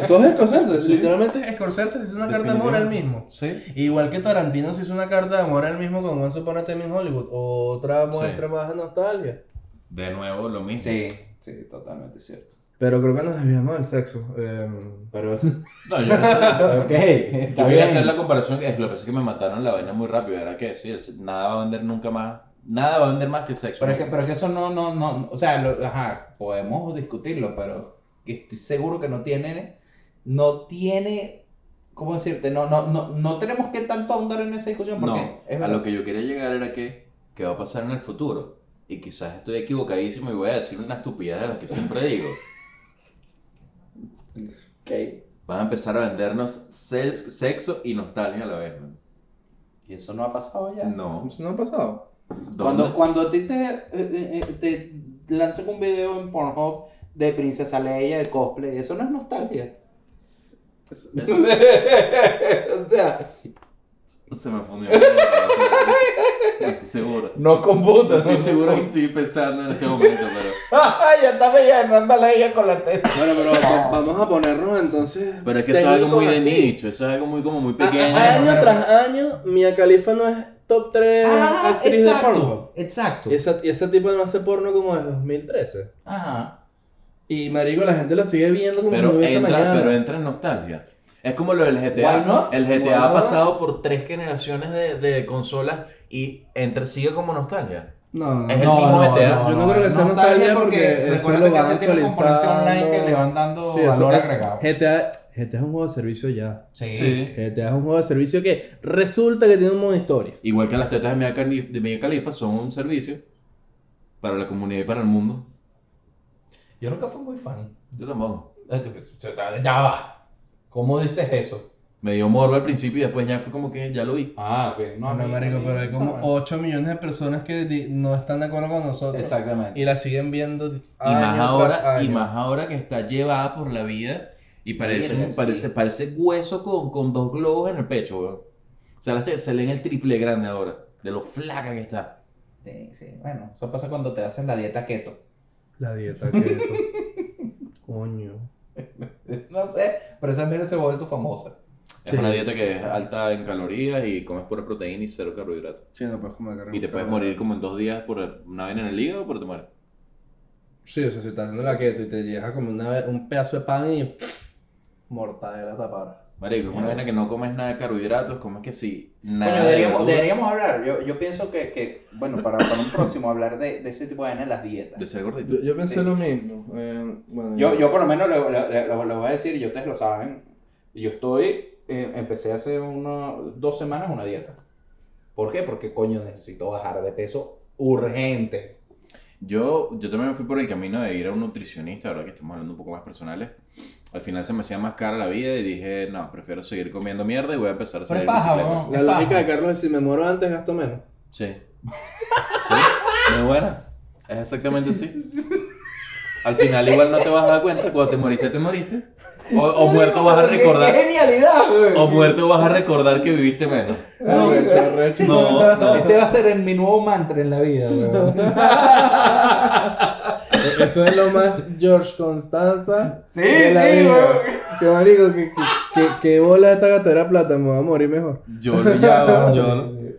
Speaker 3: Todo es Scorsese,
Speaker 2: Sí.
Speaker 3: literalmente Scorsese se hizo una carta de amor a él mismo.
Speaker 2: Sí.
Speaker 3: Igual que Tarantino se hizo una carta de amor él mismo con Once Upon a Time in Hollywood. Otra muestra más de nostalgia.
Speaker 2: De nuevo lo mismo.
Speaker 1: Sí, sí, totalmente cierto.
Speaker 3: Pero creo que nos desviamos del sexo. em,
Speaker 1: Pero. ok,
Speaker 2: No, yo no sé. Yo
Speaker 1: está
Speaker 2: quería
Speaker 1: bien.
Speaker 2: hacer la comparación, es lo que pasa es que me mataron la vaina muy rápido, era que sí, el se- nada va a vender nunca más, nada va a vender más que sexo.
Speaker 1: Pero, es que, pero es que eso no, no, no. O sea, lo- ajá, podemos discutirlo, pero que estoy seguro que no tiene. No tiene. ¿Cómo decirte? No, no, no, no tenemos que tanto ahondar en esa discusión porque.
Speaker 2: No,
Speaker 1: es
Speaker 2: a
Speaker 1: verdad.
Speaker 2: lo que yo quería llegar era que, ¿qué va a pasar en el futuro? Y quizás estoy equivocadísimo y voy a decir una estupidez de lo que siempre digo.
Speaker 1: Ok.
Speaker 2: Van a empezar a vendernos se- sexo y nostalgia a la vez, man.
Speaker 1: Y eso no ha pasado ya.
Speaker 2: No.
Speaker 3: Eso no ha pasado.
Speaker 2: ¿Dónde?
Speaker 1: Cuando, cuando a ti te, eh, eh, eh, te lanzan un video en Pornhub de Princesa Leia de cosplay, eso no es nostalgia.
Speaker 3: Eso-
Speaker 2: Eso-
Speaker 1: o sea,
Speaker 2: se me fundió. No estoy seguro.
Speaker 1: no
Speaker 2: No
Speaker 1: computa.
Speaker 2: estoy seguro que estoy pensando en este momento, pero...
Speaker 1: Ah, ya está rellenando a Leia con la testa.
Speaker 3: Bueno, pero va- vamos a ponernos entonces.
Speaker 2: Pero es que eso es algo
Speaker 3: técnicos
Speaker 2: muy de
Speaker 3: así.
Speaker 2: nicho, eso es algo muy como muy pequeño.
Speaker 3: A- a- año
Speaker 1: Bueno,
Speaker 3: tras año, Mia Khalifa no es top 3
Speaker 1: Ah,
Speaker 3: actriz de porno.
Speaker 1: exacto. Exacto.
Speaker 3: Y esa, y esa tipa no hace porno como desde 2013.
Speaker 1: Ajá.
Speaker 3: Y marico, la gente la sigue viendo como si no
Speaker 2: Pero
Speaker 3: hubiese
Speaker 2: entra,
Speaker 3: mañana.
Speaker 2: pero entra en nostalgia. Es como lo del GTA.
Speaker 1: Why not?
Speaker 2: El GTA
Speaker 3: Why
Speaker 2: ha
Speaker 3: not?
Speaker 2: pasado por tres generaciones de, de consolas y entre sigue como nostalgia.
Speaker 3: No,
Speaker 2: Es el mismo GTA.
Speaker 3: Yo no creo que sea nostalgia porque eso
Speaker 1: recuerda
Speaker 3: lo
Speaker 1: que
Speaker 3: van
Speaker 1: hace tiene componente online que
Speaker 3: actualizando.
Speaker 1: le van dando
Speaker 3: Sí, eso
Speaker 1: valor
Speaker 3: es-
Speaker 1: agregado.
Speaker 3: GTA, GTA es un juego de servicio ya.
Speaker 1: Sí.
Speaker 2: Sí.
Speaker 3: GTA es un juego de servicio que resulta que tiene un modo historia.
Speaker 2: Igual que las tetas de Mia, Cali- de Mia Khalifa son un servicio para la comunidad y para el mundo.
Speaker 1: Yo nunca fui muy fan.
Speaker 2: Yo tampoco.
Speaker 1: Ya va. ¿Cómo dices eso?
Speaker 2: Me dio morbo al principio y después ya fue como que ya lo vi.
Speaker 1: Ah, ok.
Speaker 3: No, no,
Speaker 1: a mí-
Speaker 3: marico,
Speaker 1: a mí-
Speaker 3: pero hay como
Speaker 1: no,
Speaker 3: 8 millones de personas que di- no están de acuerdo con nosotros.
Speaker 1: Exactamente.
Speaker 3: Y la siguen viendo
Speaker 2: Y
Speaker 3: año
Speaker 2: más,
Speaker 3: tras
Speaker 2: ahora,
Speaker 3: año.
Speaker 2: y más ahora que está llevada por la vida y parece,
Speaker 1: Verga, sí.
Speaker 2: parece, parece hueso con, con dos globos en el pecho, weón. O sea, las tetas se leen el triple grande ahora, de lo flaca que está.
Speaker 1: Sí, sí. Bueno, eso pasa cuando te hacen la dieta keto.
Speaker 3: La dieta keto. Coño.
Speaker 1: No sé, pero esa mierda se ha vuelto famosa.
Speaker 2: Es
Speaker 3: Sí.
Speaker 2: una dieta que es alta en calorías y comes pura proteína y cero carbohidratos.
Speaker 3: Sí, no pues, puedes comer carne.
Speaker 2: Y te puedes morir como en dos días por una vaina en el hígado, pero te mueres.
Speaker 3: Sí, o sea, si estás haciendo la keto y te llegas a comer una ve- un pedazo de pan y. Mortadela tapada.
Speaker 2: Marico, es una vaina que no comes nada de carbohidratos, comes que sí, nada
Speaker 1: Coño,
Speaker 2: de
Speaker 1: deberíamos,
Speaker 2: verdura,
Speaker 1: deberíamos hablar. Yo, yo pienso que, que bueno, para, para un próximo hablar de, de ese tipo de vainas, las
Speaker 2: de
Speaker 1: dietas.
Speaker 2: ser gordito.
Speaker 3: Yo, yo pensé
Speaker 1: Sí.
Speaker 3: lo mismo. eh, bueno,
Speaker 1: Yo, yo por lo menos lo, lo- lo- lo voy a decir, y ustedes lo saben. Yo estoy, eh, empecé hace uno, dos semanas una dieta. ¿Por qué? Porque coño, necesito bajar de peso urgente.
Speaker 2: Yo, yo también me fui por el camino de ir a un nutricionista, ahora que estamos hablando un poco más personales. Al final se me hacía más cara la vida y dije, no, prefiero seguir comiendo mierda y voy a empezar a
Speaker 1: Pero
Speaker 2: salir
Speaker 1: es paja,
Speaker 2: bicicleta.
Speaker 1: weón.
Speaker 3: La lógica de Carlos es si me muero antes gasto menos.
Speaker 2: Sí. Sí, muy buena. Es exactamente así. Al final igual no te vas a dar cuenta, cuando te moriste, te moriste. O, o muerto vas a
Speaker 1: ¡Qué
Speaker 2: recordar,
Speaker 1: genialidad, güey!
Speaker 2: o muerto vas a recordar que viviste menos.
Speaker 1: No,
Speaker 3: Arrecho,
Speaker 1: güey.
Speaker 3: arrecho.
Speaker 2: No, no.
Speaker 1: Ese va a ser el- mi nuevo mantra en la vida, güey.
Speaker 3: Eso es lo más George Constanza.
Speaker 1: Sí,
Speaker 3: de la
Speaker 1: sí,
Speaker 3: vida.
Speaker 1: weón.
Speaker 3: Que marico, que, que, que, que bola esta gatera plata, me voy a morir mejor.
Speaker 2: Yo lo llamo, yo lo-
Speaker 1: Sí,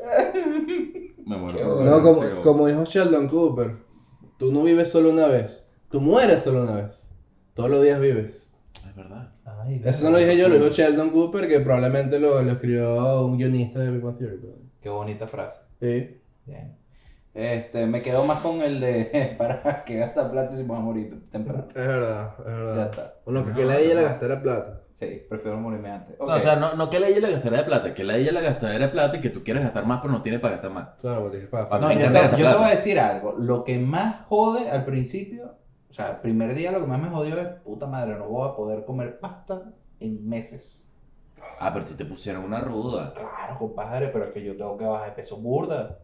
Speaker 1: sí.
Speaker 2: Me muero.
Speaker 1: Qué
Speaker 2: por
Speaker 1: bueno.
Speaker 2: ver,
Speaker 3: No,
Speaker 2: se
Speaker 3: como,
Speaker 2: acabó.
Speaker 3: como dijo Sheldon Cooper, tú no vives solo una vez, tú mueres solo una vez. Todos los días vives.
Speaker 2: Es verdad.
Speaker 1: Ay,
Speaker 3: Eso no lo dije yo, lo dijo Sheldon Cooper, que probablemente lo, lo escribió un guionista de Big Bang Theory. pero-
Speaker 1: Qué bonita frase.
Speaker 3: Sí.
Speaker 1: Bien. Este, me quedo más con el de para que gasta plata si vas a morir temprano.
Speaker 3: Es verdad, es verdad.
Speaker 1: Ya está.
Speaker 3: Bueno, que,
Speaker 2: No,
Speaker 3: que la ella
Speaker 2: no.
Speaker 3: la gastara plata.
Speaker 4: Sí, prefiero morirme antes.
Speaker 2: No,
Speaker 4: Ok.
Speaker 2: o sea, no, no que le haya la gastadera de plata, que le haya la gastadera de plata y que tú quieres gastar más, pero no tienes para gastar más.
Speaker 3: Claro, porque es para
Speaker 2: No,
Speaker 4: No,
Speaker 3: familia.
Speaker 4: yo,
Speaker 2: Internet
Speaker 4: te,
Speaker 2: está
Speaker 4: yo te
Speaker 2: plata.
Speaker 4: voy a decir algo. Lo que más jode al principio, o sea, el primer día lo que más me jodió es, puta madre, no voy a poder comer pasta en meses.
Speaker 2: Ah, pero a ti te pusieron una ruda.
Speaker 4: Claro, compadre, pero es que yo tengo que bajar de peso burda.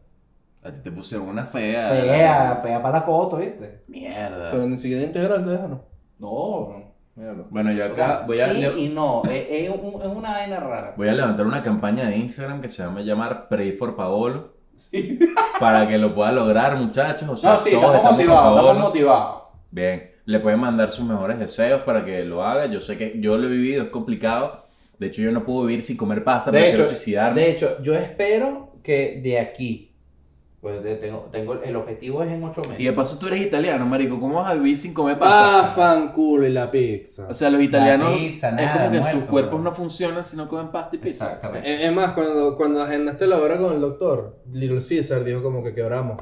Speaker 2: A ti te pusieron una fea.
Speaker 4: Fea, fea para la foto, ¿viste?
Speaker 2: Mierda.
Speaker 3: Pero ni siquiera integral, déjalo.
Speaker 4: No, no, míralo.
Speaker 2: Bueno, yo acá
Speaker 4: O sea,
Speaker 2: voy, a,
Speaker 4: sí
Speaker 2: le-
Speaker 4: y no, es, es un- es una vaina rara.
Speaker 2: voy a levantar una campaña de Instagram que se llama llamar Pray for Paolo. Para que lo pueda lograr, muchachos. O sea,
Speaker 4: no, sí,
Speaker 2: todos
Speaker 4: estamos
Speaker 2: estamos con
Speaker 4: motivados, estamos
Speaker 2: Paolo.
Speaker 4: motivados.
Speaker 2: Bien, le pueden mandar sus mejores deseos para que lo haga. Yo sé que yo lo he vivido, es complicado. De hecho, yo no puedo vivir sin comer pasta,
Speaker 4: De
Speaker 2: me
Speaker 4: hecho,
Speaker 2: quiero suicidarme.
Speaker 4: De hecho, yo espero que de aquí, pues de- tengo, tengo el objetivo es en ocho meses.
Speaker 2: Y de paso tú eres italiano, marico. ¿Cómo vas a vivir sin comer pasta?
Speaker 3: Pa, fan culo y la pizza.
Speaker 2: O sea, los
Speaker 4: La
Speaker 2: italianos
Speaker 4: pizza,
Speaker 2: es
Speaker 4: Ah. nada,
Speaker 2: como que
Speaker 4: muerto,
Speaker 2: sus cuerpos
Speaker 4: bro.
Speaker 2: no funcionan si no comen pasta y pizza.
Speaker 4: Exactamente.
Speaker 3: es es más, cuando, cuando agendaste la hora con el doctor, Little Caesar dijo como que quebramos.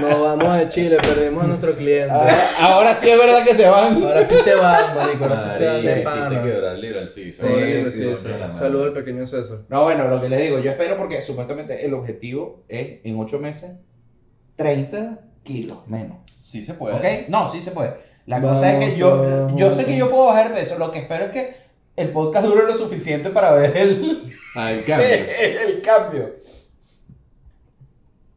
Speaker 3: Nos vamos de Chile, perdimos a nuestro cliente.
Speaker 4: Ahora, ahora sí es verdad que se van.
Speaker 3: Ahora sí se va, marico, ahora sí se va
Speaker 2: Marico,
Speaker 3: de
Speaker 2: hiciste
Speaker 3: pana.
Speaker 2: quebrar el libro al César.
Speaker 4: Sí,
Speaker 3: Pobre Little
Speaker 4: sí,
Speaker 3: Caesar.
Speaker 2: sí, sí.
Speaker 3: Saludos al pequeño César.
Speaker 4: No, bueno, lo que les digo, yo espero porque supuestamente el objetivo es en ocho meses 30 kilos menos.
Speaker 2: Sí se puede.
Speaker 4: ¿Ok? No, sí se puede. La
Speaker 3: Vamos
Speaker 4: cosa es que yo,
Speaker 3: todos
Speaker 4: yo sé
Speaker 3: juntos.
Speaker 4: que yo puedo bajar de eso. Lo que espero es que el podcast dure lo suficiente para ver el,
Speaker 2: Ah, el cambio.
Speaker 4: el cambio.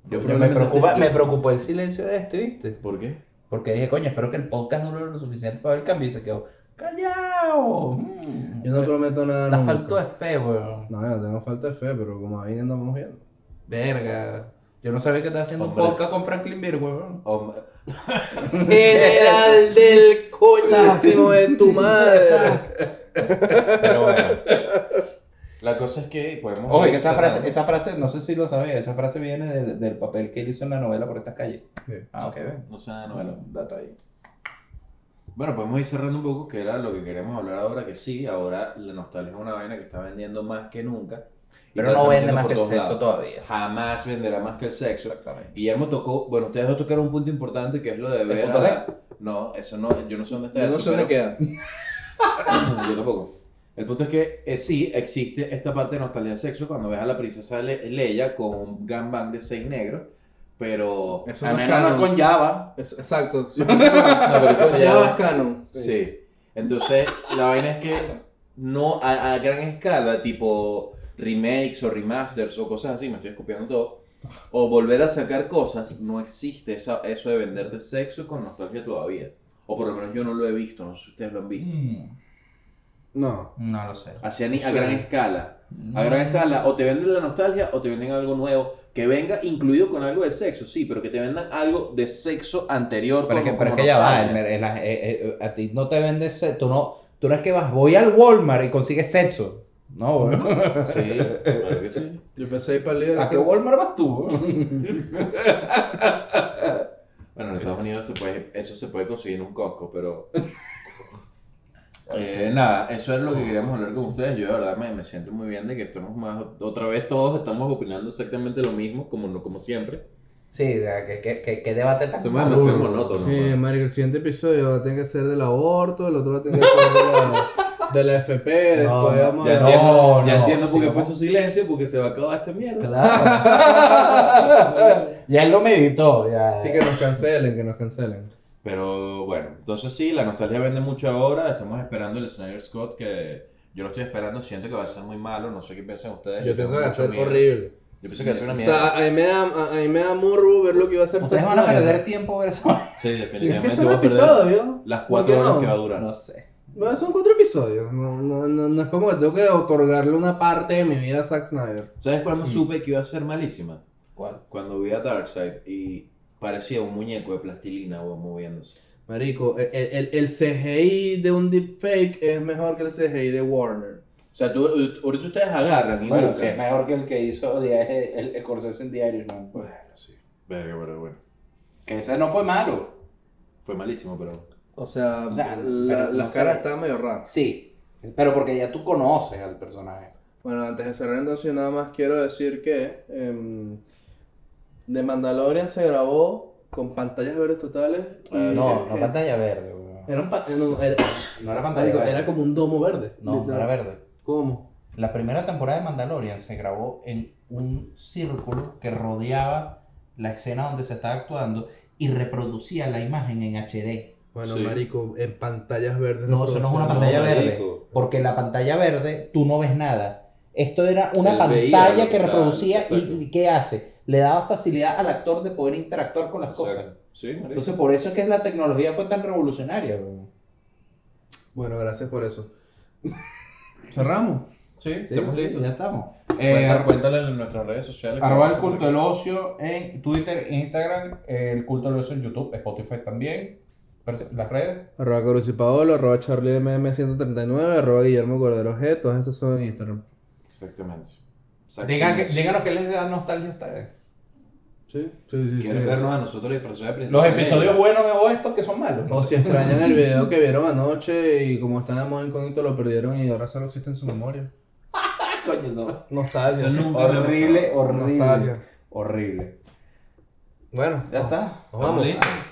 Speaker 2: Yo
Speaker 4: Coño, me,
Speaker 2: probablemente
Speaker 4: preocupa,
Speaker 2: estoy-
Speaker 4: me preocupó el silencio de este, ¿viste?
Speaker 2: ¿Por qué?
Speaker 4: Porque dije, coño, espero que el podcast dure lo suficiente para ver el cambio. Y se quedó callado. Mm.
Speaker 3: Yo no prometo nada.
Speaker 4: La
Speaker 3: nunca.
Speaker 4: faltó de fe, weón.
Speaker 3: No, yo tengo falta de fe, pero como ahí andamos viendo.
Speaker 4: Verga. Yo no sabía que estaba haciendo
Speaker 2: Hombre.
Speaker 4: un podcast con Franklin Beer, weón.
Speaker 2: Hombre.
Speaker 3: General del coñazo de tu madre.
Speaker 2: Pero bueno. La cosa es que podemos.
Speaker 4: Oye, que esa frase, esa frase, no sé si lo sabía, esa frase viene del, del papel que él hizo en la novela por estas calles.
Speaker 3: Sí.
Speaker 4: Ah, ok, ven.
Speaker 2: No suena de novela.
Speaker 4: Dato Mm, ahí.
Speaker 2: Bueno, podemos ir cerrando un poco, que era lo que queremos hablar ahora, que sí, ahora la nostalgia es una vaina que está vendiendo más que nunca. Y
Speaker 4: Pero
Speaker 2: está
Speaker 4: no vende
Speaker 2: vendiendo
Speaker 4: más
Speaker 2: por
Speaker 4: que el
Speaker 2: todos
Speaker 4: sexo
Speaker 2: lados.
Speaker 4: todavía.
Speaker 2: Jamás venderá más que el sexo.
Speaker 4: Exactamente.
Speaker 2: Guillermo tocó, bueno, ustedes dos tocaron un punto importante que es lo de ver
Speaker 4: punto
Speaker 2: a la- No, eso no, yo no sé dónde está
Speaker 3: Yo no
Speaker 2: eso,
Speaker 3: sé dónde
Speaker 2: pero-
Speaker 3: queda.
Speaker 2: Yo tampoco. El punto es que eh, sí existe esta parte de nostalgia de sexo cuando ves a la princesa Le- Leia con un gangbang de seis negros, pero...
Speaker 3: Eso
Speaker 4: Al
Speaker 3: no es
Speaker 4: menos no es
Speaker 3: canon.
Speaker 4: con Java.
Speaker 3: Eso- exacto.
Speaker 2: No, pero eso ya-
Speaker 3: ya es canon.
Speaker 2: Sí. Entonces, la vaina es que no a, a gran escala, tipo remakes o remasters o cosas así, me estoy escupiendo todo, o volver a sacar cosas, no existe esa- eso de venderte sexo con nostalgia todavía. O por lo menos yo no lo he visto, no sé si ustedes lo han visto.
Speaker 4: Mm,
Speaker 3: No.
Speaker 4: No lo sé.
Speaker 2: Así a, ni- a
Speaker 3: Sí.
Speaker 2: gran escala. A gran escala, o te venden la nostalgia o te venden algo nuevo. Que venga incluido con algo de sexo, sí, pero que te vendan algo de sexo anterior.
Speaker 4: Pero es que,
Speaker 2: como-
Speaker 4: pero es
Speaker 2: como
Speaker 4: que ya va,
Speaker 2: nostalgia.
Speaker 4: el- el- la- eh, eh, a ti no te vendes sexo, tú no, tú no es que vas, voy al Walmart y consigues sexo. No, weón.
Speaker 2: Sí, claro que sí.
Speaker 3: Yo pensé ir para el líder.
Speaker 4: ¿A qué Walmart vas tú?
Speaker 2: Bueno, en Estados Unidos se puede, eso se puede conseguir en un Costco, pero... Eh, nada, eso es lo que queríamos hablar con ustedes. Yo de verdad me, me siento muy bien de que estamos más... Otra vez todos estamos opinando exactamente lo mismo, como, no- como siempre.
Speaker 4: sí, o sea, que, que, que, que debate tan
Speaker 2: Somos demasiado
Speaker 4: maluco.
Speaker 2: monótonos.
Speaker 3: Sí,
Speaker 2: man.
Speaker 3: marico, el siguiente episodio va a tener que ser del aborto, el otro va a tener que ser de la, de la FP,
Speaker 4: No,
Speaker 3: después vamos
Speaker 2: Ya
Speaker 3: a...
Speaker 4: No,
Speaker 2: entiendo, ya
Speaker 4: no,
Speaker 2: entiendo por
Speaker 4: sí,
Speaker 2: qué
Speaker 4: no.
Speaker 2: fue su silencio, porque se va a acabar esta mierda.
Speaker 4: Claro. ya él lo meditó, ya.
Speaker 3: Así que nos cancelen, que nos cancelen.
Speaker 2: Pero bueno, entonces sí, la nostalgia vende mucho ahora. Estamos esperando el Snyder Scott, que yo lo estoy esperando. Siento que va a ser muy malo, no sé qué piensan ustedes.
Speaker 3: Yo pienso
Speaker 2: tengo
Speaker 3: que va a
Speaker 2: mucho
Speaker 3: ser
Speaker 2: miedo.
Speaker 3: horrible.
Speaker 2: Yo pienso que va a ser una
Speaker 3: O
Speaker 2: mierda.
Speaker 3: sea, a mí me da, a, a mí me da morbo ver lo que iba a hacer
Speaker 4: Ustedes
Speaker 3: Zack
Speaker 4: van a
Speaker 3: Snyder.
Speaker 4: perder tiempo ver eso.
Speaker 2: Sí,
Speaker 3: Es que
Speaker 2: definitivamente.
Speaker 3: son
Speaker 2: voy a perder
Speaker 3: episodios.
Speaker 2: Las
Speaker 3: ¿Por
Speaker 2: cuatro
Speaker 3: qué
Speaker 2: horas
Speaker 3: no?
Speaker 2: que va a durar.
Speaker 4: No sé.
Speaker 3: Bueno, son cuatro episodios. No, no, no, no es como que tengo que otorgarle una parte de mi vida a Zack Snyder.
Speaker 2: ¿Sabes cuándo
Speaker 4: Mm.
Speaker 2: supe que iba a ser malísima?
Speaker 4: ¿Cuál?
Speaker 2: Cuando vi a Darkseid y parecía un muñeco de plastilina o moviéndose.
Speaker 3: Marico, el, el, el CGI de un deepfake es mejor que el CGI de Warner.
Speaker 2: O sea, tú, ahorita ustedes agarran y
Speaker 4: Bueno, sí, es
Speaker 2: buscan.
Speaker 4: mejor que el que hizo Diario- el Scorsese en Diario, ¿no?
Speaker 2: Bueno, sí. Verga, pero bueno.
Speaker 4: Que ese no fue malo.
Speaker 2: Fue malísimo, pero.
Speaker 3: O sea,
Speaker 4: O
Speaker 3: la-
Speaker 4: sea, pero no
Speaker 3: las
Speaker 4: sé.
Speaker 3: caras estaban medio raras.
Speaker 4: Sí, pero porque ya tú conoces al personaje.
Speaker 3: Bueno, antes de cerrar entonces yo nada más quiero decir que em, The Mandalorian se grabó con pantallas verdes totales. y-
Speaker 2: Ah,
Speaker 4: No, no
Speaker 3: eh,
Speaker 4: pantalla verde, weón. weón.
Speaker 3: Era un pa- no, era,
Speaker 4: No era pantalla
Speaker 3: marico,
Speaker 4: verde.
Speaker 3: era como un domo verde.
Speaker 4: No, no
Speaker 3: literal.
Speaker 4: era verde.
Speaker 3: ¿Cómo?
Speaker 4: La primera temporada de Mandalorian se grabó en un círculo que rodeaba la escena donde se estaba actuando y reproducía la imagen en HD.
Speaker 3: Bueno,
Speaker 2: Sí.
Speaker 3: marico, en pantallas verdes.
Speaker 4: No, eso no es una
Speaker 3: producían-
Speaker 4: pantalla verde.
Speaker 2: marico.
Speaker 4: Porque en la pantalla verde tú no ves nada. Esto era una
Speaker 2: Él veía
Speaker 4: pantalla
Speaker 2: lo
Speaker 4: que
Speaker 2: que estaba,
Speaker 4: reproducía
Speaker 2: exacto.
Speaker 4: y, y ¿qué hace? Le daba facilidad al actor de poder interactuar con las cosas.
Speaker 2: Exacto. Sí, marico.
Speaker 4: Entonces por eso es que la tecnología fue tan revolucionaria. weón.
Speaker 3: Bueno, gracias por eso. Cerramos.
Speaker 2: sí,
Speaker 4: Sí,
Speaker 2: estamos
Speaker 4: sí,
Speaker 2: listos.
Speaker 4: ya estamos. Eh,
Speaker 2: Cuenta- Cuéntale en nuestras redes sociales.
Speaker 1: Eh, Arroba el
Speaker 2: Vamos a
Speaker 1: culto
Speaker 2: hacer-
Speaker 1: del ocio en Twitter, Instagram, el culto del ocio en YouTube, Spotify también, pers- las redes.
Speaker 3: Arroba Carlos y Paolo, arroba CharlieMM139, arroba Guillermo Cordero G. Todas estas son en Instagram.
Speaker 2: Exactamente. Exacto.
Speaker 1: Digan que- díganos que les da nostalgia a ustedes.
Speaker 3: Sí, sí, sí.
Speaker 2: ¿Quieren
Speaker 3: sí.
Speaker 2: vernos a nosotros disfrazados de princesa?
Speaker 1: Los episodios
Speaker 2: Leia?
Speaker 1: buenos o estos que son malos.
Speaker 3: O si extrañan el video que vieron anoche y como están en modo incógnito lo perdieron y ahora solo existe en su memoria.
Speaker 4: Ah, coño, eso.
Speaker 3: Nostalgia.
Speaker 2: Eso nunca me ha
Speaker 4: Horrible,
Speaker 2: pasado.
Speaker 4: horrible.
Speaker 3: Nostalgia.
Speaker 4: Horrible.
Speaker 3: Bueno,
Speaker 4: Ya está.
Speaker 3: nos
Speaker 2: Estamos
Speaker 3: vamos.
Speaker 2: listos.